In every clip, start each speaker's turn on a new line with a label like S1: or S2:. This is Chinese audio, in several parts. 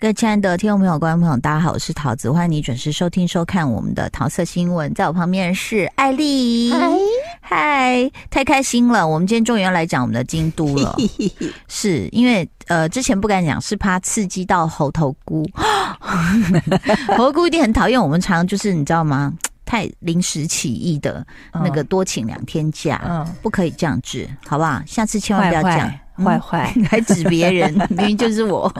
S1: 各位亲爱的听众朋友、观众朋友，大家好，我是桃子，欢迎你准时收听、收看我们的桃色新闻。在我旁边是艾丽，嗨，太开心了！我们今天终于要来讲我们的京都了，是因为呃之前不敢讲，是怕刺激到猴头菇，猴头菇一定很讨厌我们，常就是你知道吗？太临时起意的、那个多请两天假，
S2: 嗯，
S1: 不可以这样子，好不好？下次千万
S2: 坏
S1: 不要这样。
S2: 坏坏 坏，
S1: 还指别人，明明就是我。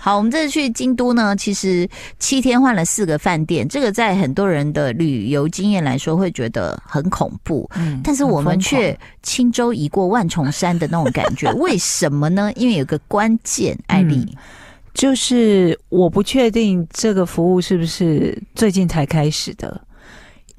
S1: 好，我们这次去京都呢，其实七天换了四个饭店，这个在很多人的旅游经验来说会觉得很恐怖，
S2: 嗯
S1: 但是我们却轻舟已过万重山的那种感觉，为什么呢？因为有个关键，艾丽，
S2: 嗯就是我不确定这个服务是不是最近才开始的。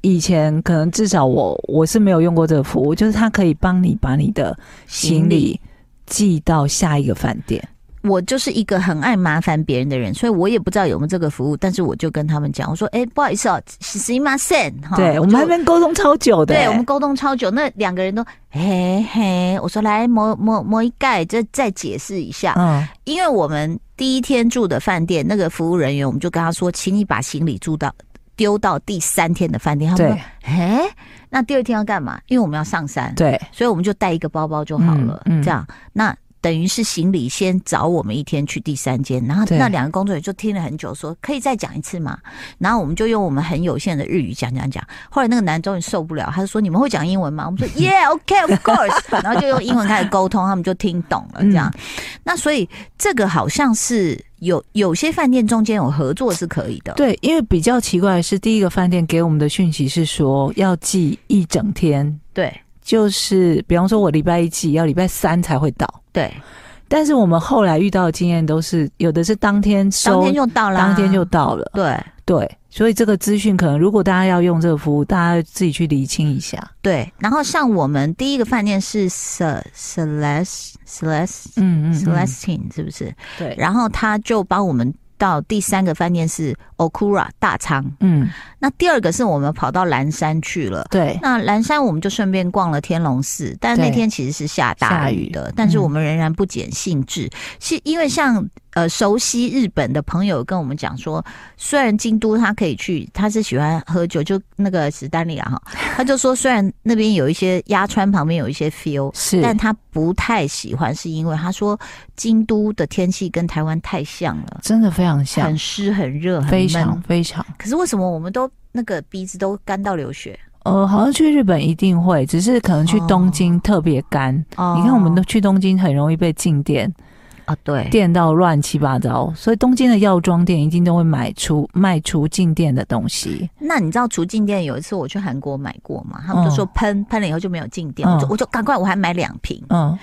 S2: 以前可能至少我我是没有用过这个服务，就是它可以帮你把你的行李寄到下一个饭店。
S1: 我就是一个很爱麻烦别人的人，所以我也不知道有没有这个服务，但是我就跟他们讲，我说，哎、不好意思哦，すいません，哈
S2: 对，我
S1: 哦就
S2: 们还没沟通超久的、欸
S1: 对我们沟通超久，那两个人都嘿嘿，我说来磨磨磨一盖，这再解释一下，
S2: 嗯，
S1: 因为我们第一天住的饭店那个服务人员，我们就跟他说，请你把行李住到丢到第三天的饭店，他们
S2: 对
S1: 说，哎，那第二天要干嘛？因为我们要上山，
S2: 对，
S1: 所以我们就带一个包包就好了，
S2: 嗯嗯
S1: 这样那。等于是行李先找我们一天去第三间，然后
S2: 对
S1: 那两个工作人员就听了很久说可以再讲一次嘛，然后我们就用我们很有限的日语讲讲讲。后来那个男终于受不了，他就说你们会讲英文吗？ 我们说 Yeah, OK, of course，然后就用英文开始沟通，他们就听懂了这样。那所以这个好像是有有些饭店中间有合作是可以的，
S2: 对，因为比较奇怪的是，第一个饭店给我们的讯息是说要寄一整天，
S1: 对
S2: 就是比方说我礼拜一寄，要礼拜三才会到。
S1: 对，
S2: 但是我们后来遇到的经验都是，有的是当天收，
S1: 当天就到啦，
S2: 当天就到了。
S1: 对
S2: 对，所以这个资讯可能如果大家要用这个服务，大家自己去厘清一下。
S1: 对，然后像我们第一个饭店是 Ce- Celeste Celeste
S2: 嗯
S1: Celestine 是不是？
S2: 对，
S1: 然后他就帮我们到第三个饭店是 Okura 大仓，
S2: 嗯
S1: 那第二个是我们跑到蓝山去了。
S2: 对，
S1: 那蓝山我们就顺便逛了天龙寺，但那
S2: 对嗯
S1: 天其实是下大雨的，但是我们仍然不减兴致，是因为像呃熟悉日本的朋友跟我们讲说，虽然京都他可以去，他是喜欢喝酒，就那个史丹利啊哈，他就说虽然那边有一些鸭川旁边有一些 feel。
S2: 是，
S1: 但他不太喜欢，是因为他说京都的天气跟台湾太像了，
S2: 真的非常像
S1: 很，湿、很热、很
S2: 非
S1: 闷
S2: 常。非常。
S1: 可是为什么我们都那个鼻子都干到流血？
S2: 呃，好像去日本一定会，只是可能去东京特别干。
S1: 哦
S2: 你看，我们都去东京很容易被静电，
S1: 啊，对，
S2: 电到乱七八糟，所以东京的药妆店一定都会买出卖出静电的东西。
S1: 那你知道除静电有一次我去韩国买过嘛？他们就说喷、喷了以后就没有静电，我就
S2: 嗯
S1: 我就赶快我还买两瓶，
S2: 嗯，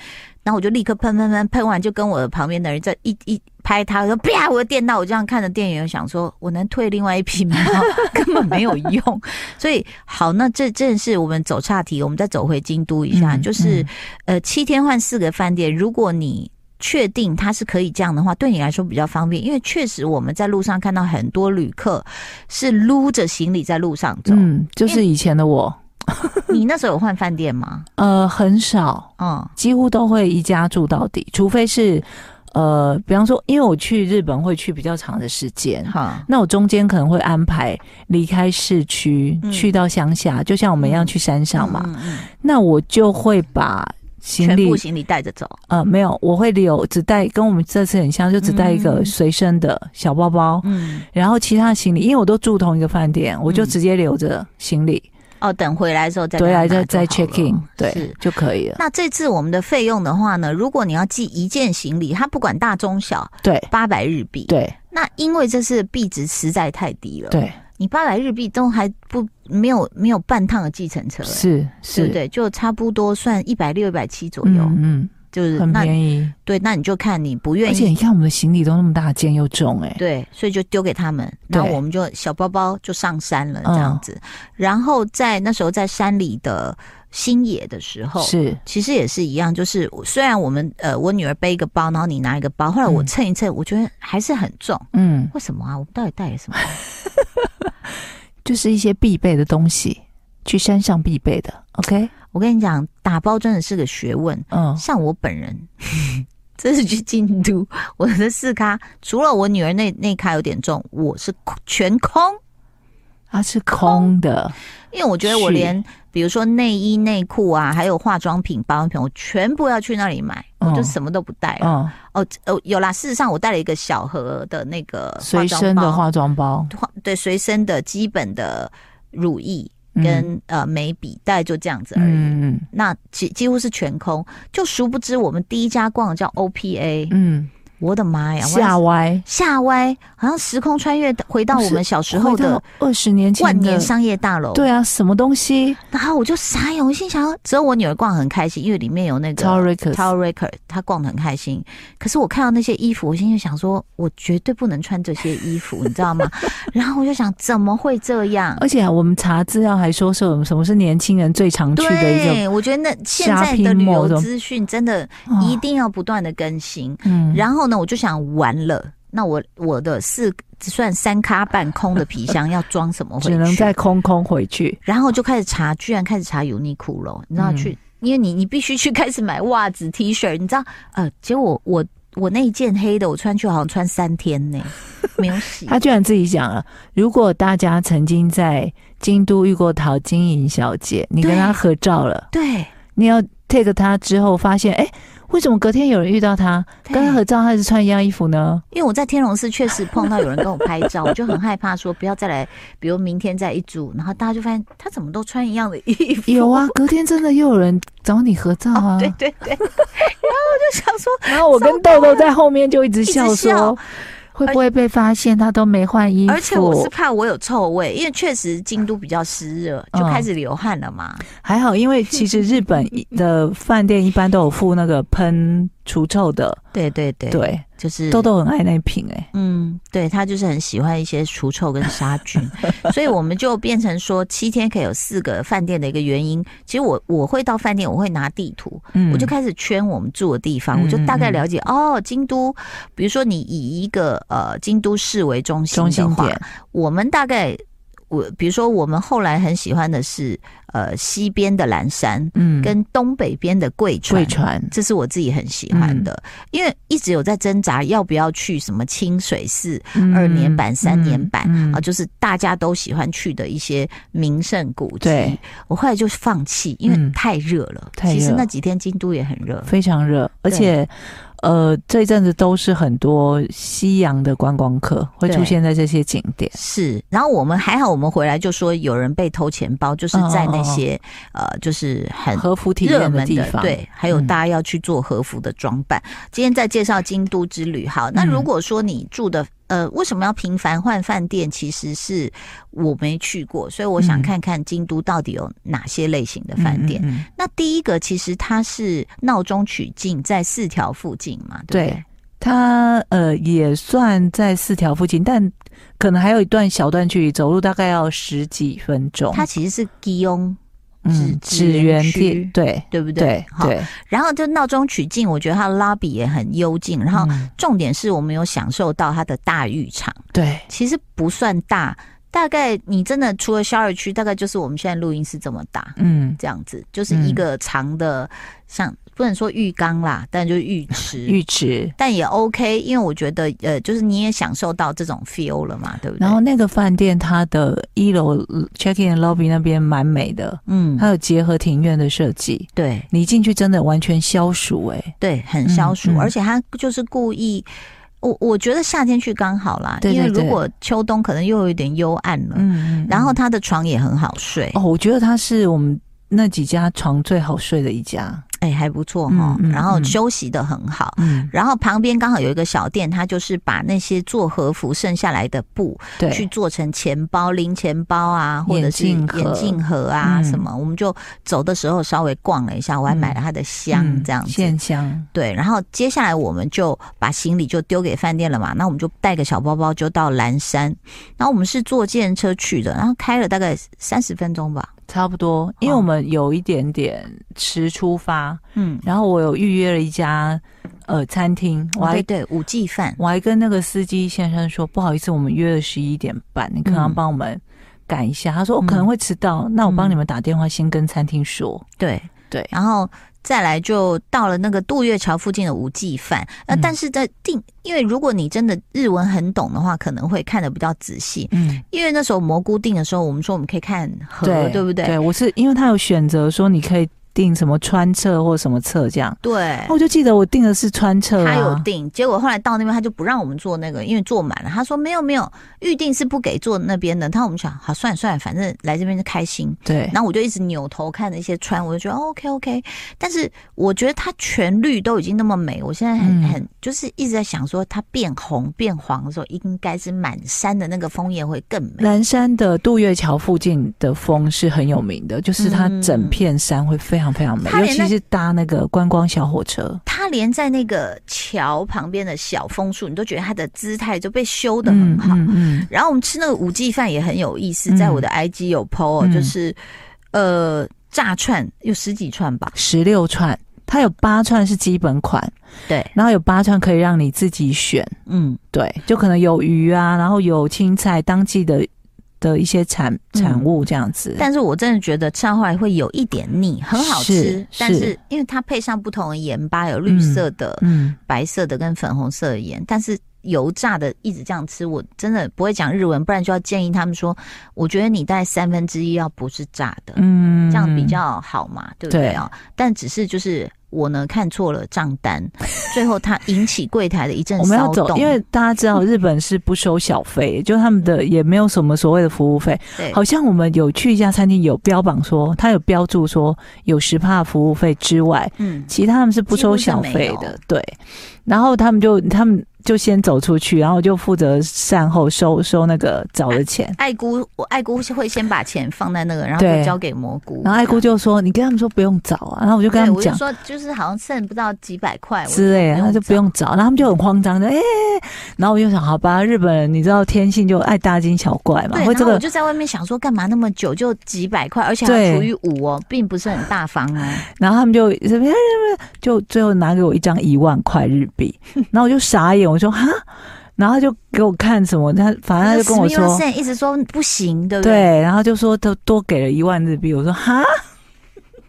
S1: 然后我就立刻喷喷喷喷完就跟我的旁边的人在一一拍他我说啪，我就电到我这样看着店员想说我能退另外一瓶吗？ 根本没有用。所以好，那这这件事我们走岔题，我们再走回京都一下，
S2: 嗯
S1: 就是、
S2: 嗯
S1: 呃七天换四个饭店，如果你。确定它是可以这样的话，对你来说比较方便，因为确实我们在路上看到很多旅客是撸着行李在路上走。
S2: 嗯，就是以前的我，
S1: 你那时候有换饭店吗？
S2: 呃，很少，
S1: 嗯，
S2: 几乎都会一家住到底，除非是，呃，比方说，因为我去日本会去比较长的时间，
S1: 好，
S2: 那我中间可能会安排离开市区、
S1: 嗯
S2: 去到乡下，就像我们一样去山上嘛，
S1: 嗯嗯嗯
S2: 那我就会把行
S1: 全
S2: 李
S1: 部行李带着走。
S2: 呃没有，我会留只带跟我们这次很像，就只带一个
S1: 嗯
S2: 随身的小包包，
S1: 嗯，
S2: 然后其他的行李，因为我都住同一个饭店，我
S1: 嗯
S2: 就直接留着行李。
S1: 哦，等回来之后再
S2: 回来
S1: 再
S2: 啊再再 check in，对
S1: 是。
S2: 就可以了。
S1: 那这次我们的费用的话呢，如果你要寄一件行李，它不管大中小，
S2: 对
S1: 八百日币。，
S2: 对
S1: 那因为这次币值实在太低了，，
S2: 对，
S1: 你八百日币都还不没有没有半趟的计程车、欸，
S2: 是
S1: 对
S2: 是
S1: 不，对？就差不多算一百六、一百七左右，
S2: 嗯
S1: 就是
S2: 嗯，很
S1: 那
S2: 便宜。
S1: 对，那你就看你不愿
S2: 而
S1: 意
S2: 且你看我们的行李都那么大件又重，哎，
S1: 对，所以就丢给他们，
S2: 对
S1: 然后我们就小包包就上山了
S2: 嗯
S1: 这样子。然后在那时候在山里的新野的时候，
S2: 是
S1: 其实也是一样，就是虽然我们呃我女儿背一个包，然后你拿一个包，后来我
S2: 嗯
S1: 称一称，我觉得还是很重，
S2: 嗯，
S1: 为什么啊？我们到底带了什么？
S2: 就是一些必备的东西，去山上必备的。OK，
S1: 我跟你讲，打包真的是个学问。
S2: 嗯，
S1: 像我本人， 这次去京都，我的四咖除了我女儿那那咖有点重，我是空全空。
S2: 它是空的，
S1: 因为我觉得我
S2: 是
S1: 连比如说内衣、内裤啊，还有化妆品、保养品，我全部要去那里买，我就
S2: 嗯
S1: 什么都不带了。
S2: 嗯，
S1: 哦哦，有啦，事实上我带了一个小盒的那个化
S2: 随
S1: 妆
S2: 身的
S1: 包
S2: 化妆包，
S1: 化对随身的基本的乳液
S2: 嗯
S1: 跟、呃眉笔，大概就这样子而已。
S2: 嗯
S1: 那几几乎是全空，就殊不知我们第一家逛的叫 OPA，、
S2: 嗯
S1: 我的妈
S2: 嗯，
S1: 哎呀！我
S2: 夏
S1: 要
S2: 歪。
S1: 夏威好像时空穿越回到我们小时候的
S2: 二十年前的
S1: 万年商业大楼，
S2: 对啊，什么东西
S1: 然后我就傻眼，我心想，只有我女儿逛得很开心，因为里面有那个
S2: t o r i c
S1: t o r a k e r 她逛得很开心。可是我看到那些衣服，我心里想说，我绝对不能穿这些衣服，你知道吗？ 然后我就想，怎么会这样？
S2: 而且啊我们查资料还说是我们什么是年轻人最常去的一个，
S1: 对，我觉得那现在的旅游资讯真的
S2: 哦
S1: 一定要不断的更新。
S2: 嗯，
S1: 然后呢，我就想完了，那我我的四只算三咖半空的皮箱要装什么回去？
S2: 只能在空空回去，
S1: 然后就开始查，居然开始查 Uniqlo，你知道
S2: 嗯
S1: 去，因为你你必须去 开始买袜子、T 恤，你知道，呃，结果我我那一件黑的，我穿去好像穿三天呢，没有 洗。
S2: 他居然自己讲了，如果大家曾经在京都遇过陶晶莹小姐，你跟
S1: 对
S2: 她合照了，
S1: 对，
S2: 你要 take 她之后发现，哎，为什么隔天有人遇到她，
S1: 对
S2: 跟她合照，她是穿一样衣服呢？
S1: 因为我在天龙寺确实碰到有人跟我拍照，我就很害怕说不要再来，比如明天再一组，然后大家就发现他怎么都穿一样的衣服。
S2: 有啊，隔天真的又有人找你合照啊，
S1: 哦对对对，然后我就想说，
S2: 然后我跟豆豆在后面就一直笑
S1: 一直笑
S2: 说，会不会被发现他都没换衣服？
S1: 而且我是怕我有臭味，因为确实京都比较湿热，就
S2: 嗯
S1: 开始流汗了嘛。
S2: 还好，因为其实日
S1: 嗯
S2: 本的饭店一般都有附那个喷除臭的，
S1: 对对对，
S2: 对，
S1: 就是
S2: 豆豆很爱那一瓶哎、
S1: 嗯，对他就是很喜欢一些除臭跟杀菌，所以我们就变成说七天可以有四个饭店的一个原因。其实我我会到饭店，我会拿地图，
S2: 嗯，
S1: 我就开始圈我们住的地方，我就大概了解哦，京都，比如说你以一个呃京都市为中心
S2: 中
S1: 的
S2: 心
S1: 话
S2: 点，，
S1: 我们大概我比如说我们后来很喜欢的是呃西边的岚山
S2: 嗯，
S1: 跟东北边的贵川
S2: 贵。船，
S1: 这是我自己很喜
S2: 嗯
S1: 欢的，因为一直有在挣扎要不要去什么清水寺
S2: 嗯
S1: 二年版三年版
S2: 嗯嗯
S1: 啊，就是大家都喜欢去的一些名胜古迹
S2: 对。
S1: 我后来就放弃，因为
S2: 嗯
S1: 太热了。
S2: 太热
S1: 其实那几天京都也很热，
S2: 非常热，而且。呃，这一阵子都是很多西洋的观光客会
S1: 对
S2: 出现在这些景点，
S1: 是。然后我们还好，我们回来就说有人被偷钱包，就是
S2: 嗯
S1: 在那些呃，就是很。
S2: 和服体
S1: 热
S2: 验
S1: 门
S2: 地
S1: 的
S2: 方，
S1: 对，还有
S2: 嗯
S1: 大家要去做和服的装扮。今天在介绍京都之旅，好，那
S2: 嗯
S1: 如果说你住的呃，为什么要频繁换饭店？其实是我没去过，所以我想
S2: 嗯
S1: 看看京都到底有哪些类型的饭店。
S2: 嗯嗯嗯
S1: 那第一个其实它是闹中取静，在四条附近嘛，对不对？
S2: 对它呃也算在四条附近，但可能还有一段小段距离，走路大概要十几分钟。
S1: 它其实是吉翁，
S2: 嗯，
S1: 指指
S2: 指
S1: 园
S2: 原地
S1: 区
S2: 对
S1: 对不
S2: 对
S1: 好，
S2: 对，
S1: 然后就闹中取静，我觉得它的 lobby 也很幽静，然后
S2: 嗯
S1: 重点是我们有享受到它的大浴场，
S2: 对
S1: 其实不算大，大概你真的除了肖尔区，大概就是我们现在录音室这么大，
S2: 嗯
S1: 这样子，就是一个长的，像不能说浴缸啦，但就是浴池，
S2: 浴池。
S1: 但也 OK，因为我觉得呃，就是你也享受到这种 feel 了嘛，对不对？
S2: 然后那个饭店它的一楼 check in lobby 那边蛮美的，
S1: 嗯，
S2: 它有结合庭院的设计，
S1: 对
S2: 你一进去真的完全消暑哎、
S1: 对，很消暑，
S2: 嗯嗯
S1: 而且他就是故意。我我觉得夏天去刚好啦，
S2: 对对
S1: 因为如
S2: 对
S1: 果秋冬可能又有一点幽暗了。
S2: 嗯，嗯
S1: 然后他的床也很好睡，
S2: 哦，我觉得它是我们那几家床最好睡的一家。
S1: 哎，还不错哈、
S2: 嗯嗯
S1: 然后
S2: 嗯
S1: 休息的很好。
S2: 嗯，
S1: 然后旁边刚好有一个小店，它就是把那些做和服剩下来的布
S2: 对，
S1: 去做成钱包、零钱包啊，或者是
S2: 眼镜盒
S1: 眼镜盒啊
S2: 嗯
S1: 什么。我们就走的时候稍微逛了一下，我还买了它的箱
S2: 嗯
S1: 这样子。
S2: 线香，
S1: 对，然后接下来我们就把行李就丢给饭店了嘛，那我们就带个小包包就到蓝山，然后我们是坐计程车去的，然后开了大概三十分钟吧，
S2: 差不多，因为
S1: 哦
S2: 我们有一点点迟出发，
S1: 嗯，
S2: 然后我有预约了一家呃餐厅，我
S1: 哦
S2: 还
S1: 对对，五季饭，
S2: 我还跟那个司机先生说，不好意思，我们约了十一点半，你可能要
S1: 嗯
S2: 帮我们赶一下。他说我哦
S1: 嗯
S2: 可能会迟到，那我帮
S1: 嗯
S2: 你们打电话先跟餐厅说。
S1: 对
S2: 对
S1: 然后再来就到了那个渡月桥附近的五季饭，那、
S2: 嗯
S1: 但是在定，因为如果你真的日文很懂的话，可能会看得比较仔细，
S2: 嗯，
S1: 因为那时候蘑菇定的时候，我们说我们可以看河，
S2: 对，
S1: 对不对？
S2: 对，我是因为他有选择说你可以订什么川侧或什么侧这样，
S1: 对
S2: 我就记得我订的是川侧、啊，
S1: 他有订，结果后来到那边他就不让我们坐那个，因为坐满了。他说没有没有，预定是不给坐那边的。他我们想，好算了算了，反正来这边就开心。
S2: 对，
S1: 然后我就一直扭头看那些穿，我就觉得、哦、OK OK。但是我觉得它全绿都已经那么美，我现在很、
S2: 嗯
S1: 很就是一直在想说，它变红变黄的时候，应该是满山的那个枫叶会更美。
S2: 南山的渡月桥附近的风是很有名的，就是它
S1: 嗯
S2: 整片山会非常非常美，
S1: 它
S2: 尤
S1: 连那
S2: 其是搭那个观光小火车，
S1: 它连在那个桥旁边的小枫树，你都觉得它的姿态就被修的很好。
S2: 嗯嗯
S1: 然后我们吃那个五季饭也很有意思，
S2: 嗯
S1: 在我的 IG 有 PO，、哦
S2: 嗯
S1: 就是呃炸串有十几串吧，
S2: 十六串，它有八串是基本款，
S1: 对，
S2: 然后有八串可以让你自己选，
S1: 嗯，
S2: 对，就可能有鱼啊，然后有青菜，当季的的一些产
S1: 嗯
S2: 产物这样子。
S1: 但是我真的觉得吃完后来会有一点腻，很好吃，
S2: 是
S1: 但是
S2: 是
S1: 因为它配上不同的盐巴，有绿色的、
S2: 嗯，
S1: 白色的跟粉红色的盐，但是。油炸的一直这样吃，我真的不会讲日文，不然就要建议他们说，我觉得你带三分之一要不是炸的，
S2: 嗯
S1: 这样比较好嘛，对不对啊？但只是就是我呢看错了账 单，最后它引起柜台的一阵
S2: 我们要
S1: 骚
S2: 走，
S1: 动，
S2: 因为大家知道日本是不收小费，就他们的也没有什么所谓的服务费。
S1: 嗯对
S2: 好像我们有去一家餐厅，有标榜说它有标注说有十帕服务费之外，
S1: 嗯，
S2: 其他他们是不收小
S1: 几
S2: 费
S1: 乎是没有
S2: 的。对，然后他们就他们就先走出去，然后我就负责善后收收那个找的钱。
S1: 爱姑我爱姑会先把钱放在那个，然后
S2: 对
S1: 就交给蘑菇，
S2: 然后爱姑就说：“你跟他们说不用找啊。”然后我就
S1: 对
S2: 跟他们
S1: 我就
S2: 讲
S1: 说就是好像剩不到几百块
S2: 之类的，
S1: 我
S2: 他就不用找。然后他们就很慌张的，哎、然后我就想，好吧，日本人你知道天性就爱大惊小怪嘛，
S1: 对，
S2: 会
S1: 然
S2: 这
S1: 后我
S2: 个
S1: 就在外面想说，干嘛那么久就几百块，而且还
S2: 对
S1: 除以五哦，并不是很大方 哦。
S2: 然后他们就哎怎么样，就最后拿给我一张一万块日币，然后我就傻眼，我说哈，然后他就给我看什么，他反啊正他就跟我说，
S1: ，Smith 一直说不行，对不对？
S2: 对，然后就说都多给了一万日币，我说 哈，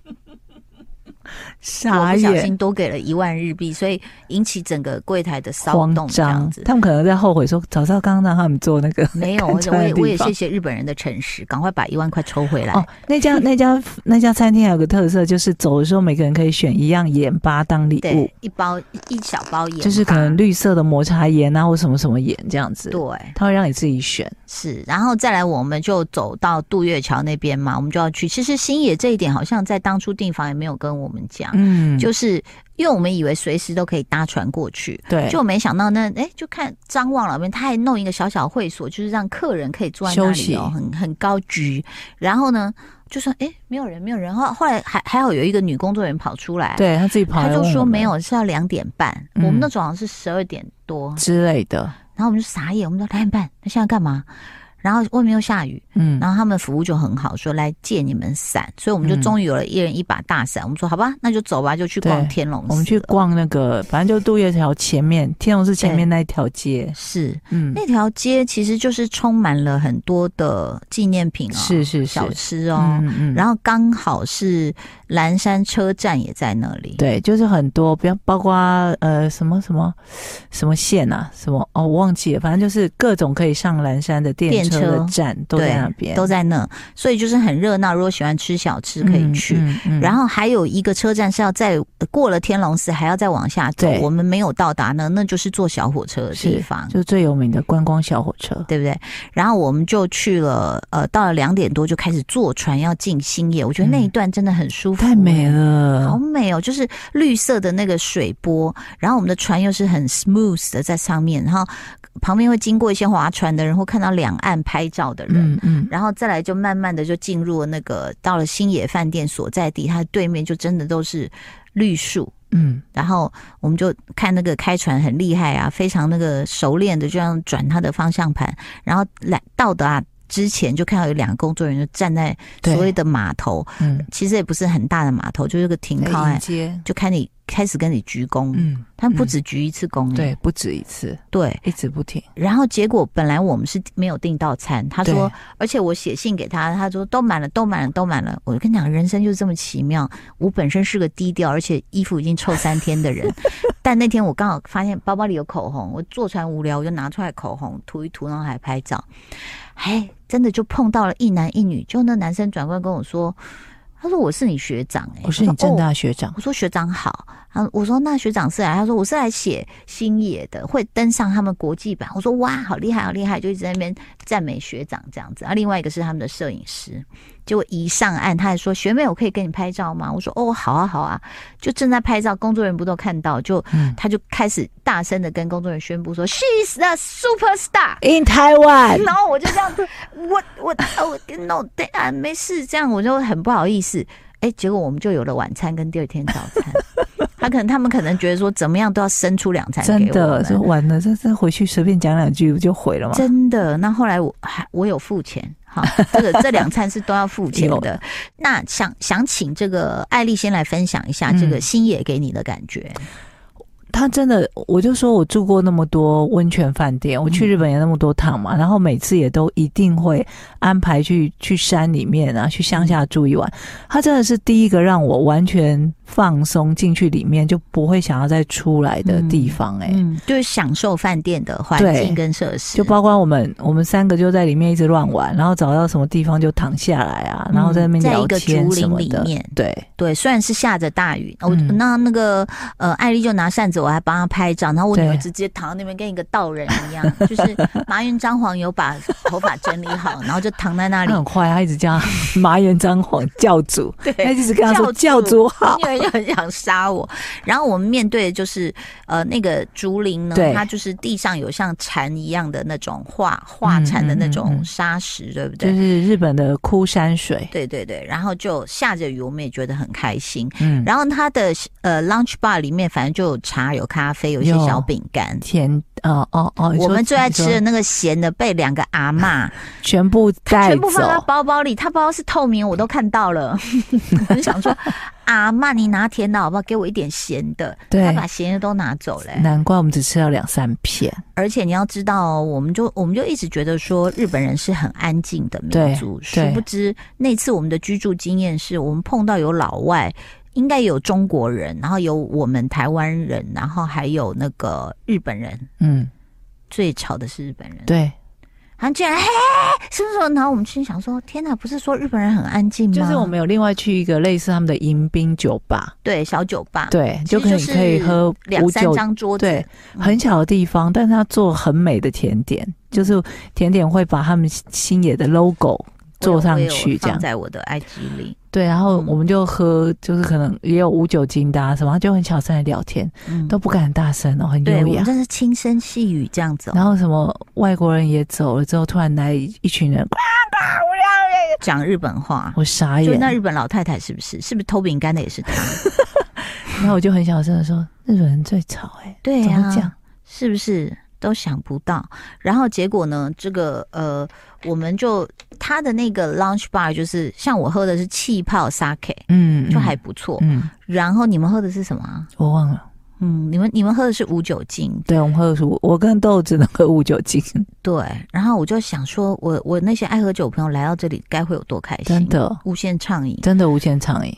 S1: 我
S2: 傻
S1: 不小
S2: 眼
S1: 心。多给了一万日币，所以引起整个柜台的骚
S2: 慌
S1: 动，这样
S2: 张
S1: 子，。
S2: 他们可能在后悔说，早知道刚刚让他们做那 个
S1: 没有，我也
S2: 看出来
S1: 我
S2: 的
S1: 也我也
S2: 地方
S1: 谢谢日本人的诚实，赶快把一万块抽回来。
S2: 哦， 那家那家那家餐厅还有个特色，就是走的时候每个人可以选一样盐巴当礼物
S1: 对，，一包一小包盐吧，
S2: 就是可能绿色的抹茶盐啊，或什么什么盐这样子。
S1: 对
S2: 他会让你自己选，
S1: 是，然后再来我们就走到渡月桥那边嘛，我们就要去。其实新野这一点好像在当初订房也没有跟我们讲，
S2: 嗯，
S1: 就是因为我们以为随时都可以搭船过去。
S2: 对，
S1: 就没想到那哎，就看张望老边，他还弄一个小小会所，就是让客人可以坐在那
S2: 休
S1: 里
S2: 息
S1: 哦，很很高居。然后呢，就说哎，没有人，没有人。后后来还还好有一个女工作人员跑出来，
S2: 对他自己跑
S1: 他
S2: 来问我
S1: 就
S2: 们，
S1: 说没有，是要两点半。
S2: 嗯
S1: 我们那种好像是十二点多，
S2: 之类的，
S1: 然后我们就傻眼，我们说两点半，那现在干嘛？然后外面又下雨，
S2: 嗯，
S1: 然后他们服务就很好，说来借你们伞，所以我们就
S2: 嗯
S1: 终于有了一人一把大伞。我们说好吧，那就走吧，就去逛
S2: 对
S1: 天龙寺了。
S2: 我们去逛那个，反正就渡月桥前面，天龙寺前面那一条街，
S1: 是
S2: 嗯，
S1: 那条街其实就是充满了很多的纪念品哦，
S2: 是是是，
S1: 小吃哦，
S2: 嗯嗯，
S1: 然
S2: 后
S1: 后刚好是蓝山车站也在那里，
S2: 对，就是很多，不要包括呃什么什么什么线啊，什么哦，我忘记了，反正就是各种可以上蓝山的电
S1: 电
S2: 车
S1: 车
S2: 的站都
S1: 对
S2: 在那那边，
S1: 都在那，所以就是很热闹。如果喜欢吃小吃，可以去。
S2: 嗯嗯嗯
S1: 然后还有一个车站是要在过了天龙寺还要再往下走
S2: 对，
S1: 我们没有到达呢，那就是坐小火车的地
S2: 是
S1: 方，
S2: 就是最有名的观光小火车，
S1: 对不对？然后我们就去了，呃，到了两点多就开始坐船要进新野，我觉得那一段真的很舒服，
S2: 太美。啊
S1: 好
S2: 了。
S1: 美哦，就是绿色的那个水波，然后我们的船又是很 smooth 的在上面，然后旁边会经过一些划船的人，会看到两岸拍照的人，
S2: 嗯嗯，
S1: 然后再来就慢慢的就进入了那个到了新野饭店所在地，它对面就真的都是绿树。
S2: 嗯，
S1: 然后我们就看那个开船很厉害啊，非常那个熟练的，就这样转它的方向盘，然后来到达之前就看到有两个工作人员就站在
S2: 对
S1: 所谓的码头，
S2: 嗯，
S1: 其实也不是很大的码头，就是个停靠
S2: 来迎
S1: 岸，
S2: 接，
S1: 就看你开始跟你鞠躬，
S2: 哎嗯，
S1: 他们不
S2: 嗯哎
S1: 止鞠一次躬、欸
S2: 对，不止一次，
S1: 对，
S2: 一直不停。
S1: 然后结果本来我们是没有订到餐，他
S2: 对
S1: 说，而且我写信给他，他说都满了，都满了，都满了。我就跟你讲，人生就是这么奇妙。我本身是个低调，而且衣服已经臭三天的 人，但那天我刚好发现包包里有口红，我坐船无聊，我就拿出来口红涂一涂，然后还拍照。哎，真的就碰到了一男一女，就那男生转过来跟我说，他说我是你学长、欸，
S2: 我是
S1: 说
S2: 你正
S1: 哦
S2: 大学长，
S1: 我说学长好，啊，我说那学长是来，他说我是来写星野的，会登上他们国际版。我说哇，好厉害，好厉害，就一直在那边赞美学长这样子。啊，另外一个是他们的摄影师，结果一上岸，他还说学妹，我可以跟你拍照吗？我说哦，好啊，好啊，就正在拍照，工作人员不都看到，就、
S2: 嗯
S1: 他就开始大声的跟工作人员宣布说，She's the superstar。
S2: ，in Taiwan，
S1: 然后我就这样，我我哦我 no 对啊，没事，这样我就很不好意思。哎，结果我们就有了晚餐跟第二天早餐。 他可能他们可能觉得说怎么样都要生出两餐
S2: 真
S1: 给我
S2: 的，
S1: 们
S2: 这完了，这这回去随便讲两句不就毁了吗？
S1: 真的。那后来我还我有付钱，哈，这个这两餐是都要付钱的。那想想请这个艾丽先来分享一下这个
S2: 嗯
S1: 星野给你的感觉。
S2: 他真的，我就说我住过那么多温泉饭店，我去
S1: 嗯
S2: 日本也那么多趟嘛，然后每次也都一定会安排去去山里面啊，去
S1: 嗯
S2: 乡下住一晚。他真的是第一个让我完全放松进去里面，就不会想要再出来的地方、欸，哎、
S1: 嗯，就是享受饭店的环
S2: 对
S1: 境跟设施，
S2: 就包括我们，我们三个就在里面一直乱玩，然后找到什么地方就躺下来啊，然后在那边
S1: 嗯在
S2: 聊
S1: 一个
S2: 天
S1: 竹
S2: 什
S1: 林
S2: 么
S1: 里
S2: 的。
S1: 面，
S2: 对，
S1: 对，虽然是下着大雨，我、
S2: 嗯
S1: 那那个呃，艾丽就拿扇子，我还帮她拍照，然后我女
S2: 对
S1: 儿直接躺在那边跟一个道人一样， 就是麻原彰晃有把头发整理 好，然后就躺在那
S2: 他
S1: 里。
S2: 很快，他一直叫他麻原彰晃教主，他
S1: 对，
S2: 一直跟他说
S1: 教
S2: 教
S1: 主
S2: 主好
S1: 我，女儿就很想杀我。然后我们面对的就是呃那个竹林呢
S2: 对，
S1: 它就是地上有像蝉一样的那种画画蝉的那
S2: 嗯嗯
S1: 种
S2: 嗯
S1: 沙石，对不
S2: 就
S1: 对？
S2: 是日本的枯山水。
S1: 对对对，然后就下着雨，我们也觉得很开心。
S2: 嗯，
S1: 然后它的呃 lunch bar 里面，反正就有茶、有咖啡、有一些
S2: 有
S1: 小饼干。
S2: 甜哦哦哦，你
S1: 我
S2: 说
S1: 们最爱
S2: 你说
S1: 吃的那个咸的，被两个阿嬷
S2: 全部带
S1: 全部放到
S2: 走，
S1: 包包里，他包包是透明，我都看到 了。我就想说，阿嬷，你拿甜的好不好？给我一点咸的。
S2: 对
S1: 他把咸的都拿走了欸、
S2: 难怪我们只吃到两三片。
S1: 而且你要知道哦，我们就我们就一直觉得说日本人是很安静的民
S2: 对
S1: 族，殊
S2: 对
S1: 不知那次我们的居住经验是我们碰到有老外。应该有中国人，然后有我们台湾人，然后还有那个日本人。
S2: 嗯，
S1: 最吵的是日本人，
S2: 对，
S1: 他居然嘿，是不是？然后我们心想说：天哪，不是说日本人很安静吗？
S2: 就是我们有另外去一个类似他们的迎宾酒吧，
S1: 对小酒吧，，
S2: 对，
S1: 其
S2: 就
S1: 实
S2: 可以
S1: 是
S2: 可以喝
S1: 两
S2: 无
S1: 三
S2: 酒，
S1: 张桌子，
S2: 对，
S1: 嗯
S2: 很小的地方，但是它做很美的甜点，就是甜点会把他们星野的 logo
S1: 我有
S2: 做上
S1: 我有
S2: 去这
S1: 放
S2: 样。
S1: 在我的 IG 里。
S2: 对，然后
S1: 嗯
S2: 我们就喝，就是可能也有无酒精的啊什么，就很小声的聊天，
S1: 嗯，
S2: 都不敢很大声哦，很
S1: 对，
S2: 优
S1: 我们。
S2: 雅
S1: 这是轻声细语这样子、哦。
S2: 然后什么外国人也走了之后，突然来一一群人，
S1: 讲日本话，
S2: 我傻
S1: 就
S2: 眼，
S1: 那日本老太太是不是？是不是偷饼干的也是她？
S2: 然后我就很小声的说：“日本人最吵哎、欸，
S1: 对啊
S2: 怎
S1: 呀、
S2: 么讲？
S1: 是不是都想不到？然后结果呢？这个呃，我们就他的那个 lunch bar 就是像我喝的是气泡 sake，
S2: 嗯，
S1: 就还不错。
S2: 嗯，
S1: 然后你们喝的是什么啊？
S2: 我忘了。
S1: 嗯，你们你们喝的是无酒精，
S2: 对，我们喝五，我跟豆只能喝五酒精，
S1: 对。然后我就想说我，我那些爱喝酒的朋友来到这里，该会有多开心？
S2: 真，的，
S1: 无限畅饮。
S2: 真的无限畅饮。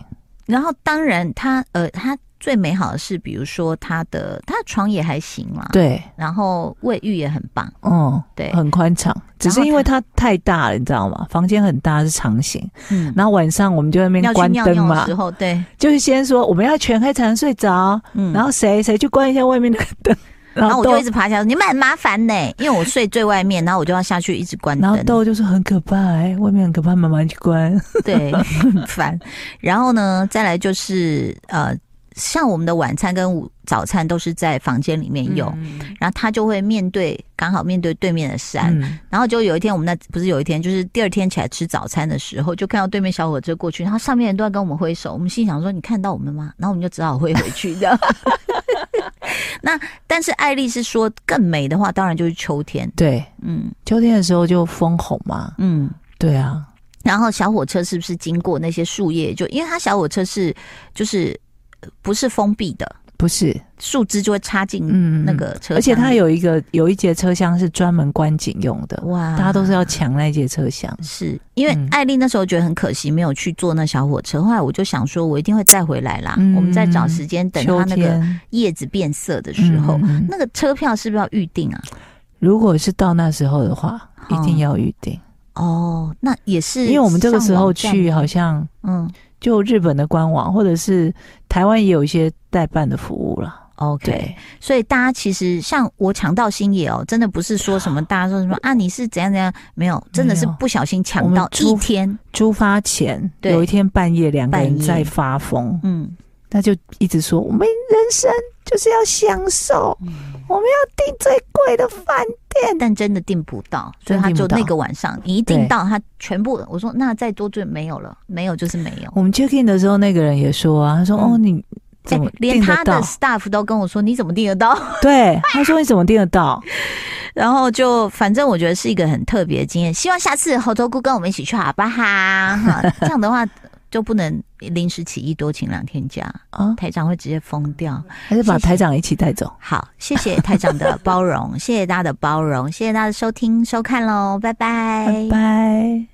S1: 然后当然他呃他最美好的是，比如说它的它的床也还行啦，，
S2: 对，
S1: 然后卫浴也很棒，
S2: 嗯，
S1: 对
S2: 很宽敞，只是因为它太大了，你知道吗？房间很大是长形，
S1: 嗯，
S2: 然后晚上我们就在那边
S1: 要去
S2: 关
S1: 尿
S2: 灯
S1: 尿的
S2: 嘛
S1: 时，候，对，
S2: 就是先说我们要全黑才能睡着，
S1: 嗯，
S2: 然后谁谁去关一下外面的灯，然
S1: 然后
S2: 后
S1: 我就
S2: 豆
S1: 一直爬下来，你们很麻烦呢、因为我睡最外面，然后我就要下去一直关
S2: 然后
S1: 灯，
S2: 豆就说很可怕、哎，外面很可怕，妈妈去关。
S1: 对，很烦。然后呢，再来就是呃，像我们的晚餐跟午早餐都是在房间里面用，
S2: 嗯
S1: 然后他就会面对刚好面对对面的山，
S2: 嗯，
S1: 然后就有一天我们那不是有一天，就是第二天起来吃早餐的时候，就看到对面小火车过去，然后上面人都在跟我们挥手，我们心想说你看到我们吗？然 后我们就只好挥回去的。 那但是艾丽是说更美的话，当然就是秋天，
S2: 对，
S1: 嗯
S2: 秋天的时候就枫红嘛，
S1: 嗯。
S2: 对啊，
S1: 然后小火车是不是经过那些树叶？就因为它小火车是就是呃不是封闭的，
S2: 不是，
S1: 树枝就会插进
S2: 嗯，
S1: 那个车厢里、
S2: 而且它有一个有一节车厢是专门观景用的，
S1: 哇，
S2: 大家都是要抢那一节车厢。
S1: 是因为
S2: 嗯
S1: 艾丽那时候觉得很可惜没有去坐那小火车，后来我就想说，我一定会再回来啦。
S2: 嗯
S1: 我们再找时间等它
S2: 秋
S1: 那
S2: 天
S1: 个叶子变色的时候，
S2: 嗯嗯嗯
S1: 那个车票是不是要预定啊？
S2: 如果是到那时候的话，一
S1: 哦
S2: 定要预定，
S1: 哦，那也是
S2: 因为我们这个时候
S1: 上网
S2: 去
S1: 站
S2: 好像
S1: 嗯
S2: 就日本的官网或者是台湾也有一些代办的服务了。
S1: ，OK，
S2: 对，
S1: 嗯所以大家其实像我抢到星野哦，真的不是说什么大家说什么啊，你是怎样怎样，没有，真的是不小心抢到一天，
S2: 出发前
S1: 对
S2: 有一天半夜两个人
S1: 半夜
S2: 在发疯，
S1: 嗯，
S2: 他就一直说我们人生就是要享受，
S1: 嗯
S2: 我们要订最贵的饭店。
S1: 但真的订不到，所以
S2: 哎真
S1: 他
S2: 订不
S1: 就
S2: 到
S1: 那个晚上你一订到，他全部我说那再多就没有了，没有就是没有。
S2: 我们 check in 的时候，那个人也说啊，他说、
S1: 嗯
S2: 哦你怎么
S1: 哎连
S2: 订
S1: 他
S2: 得
S1: 的
S2: 到？
S1: staff 都跟我说你怎么订得到？
S2: 对，他说你怎么订得到？
S1: 然后就反正我觉得是一个很特别的经验，希望下次猴头菇跟我们一起去好不好？哈，这样的话就不能临时起意多请两天假，
S2: 啊，
S1: 台长会直接疯掉。
S2: 还是把
S1: 谢谢
S2: 台长一起带走？
S1: 好，谢谢台长的包容，谢谢大家的包容，谢谢大家的收听收看喽，拜拜，
S2: 拜拜。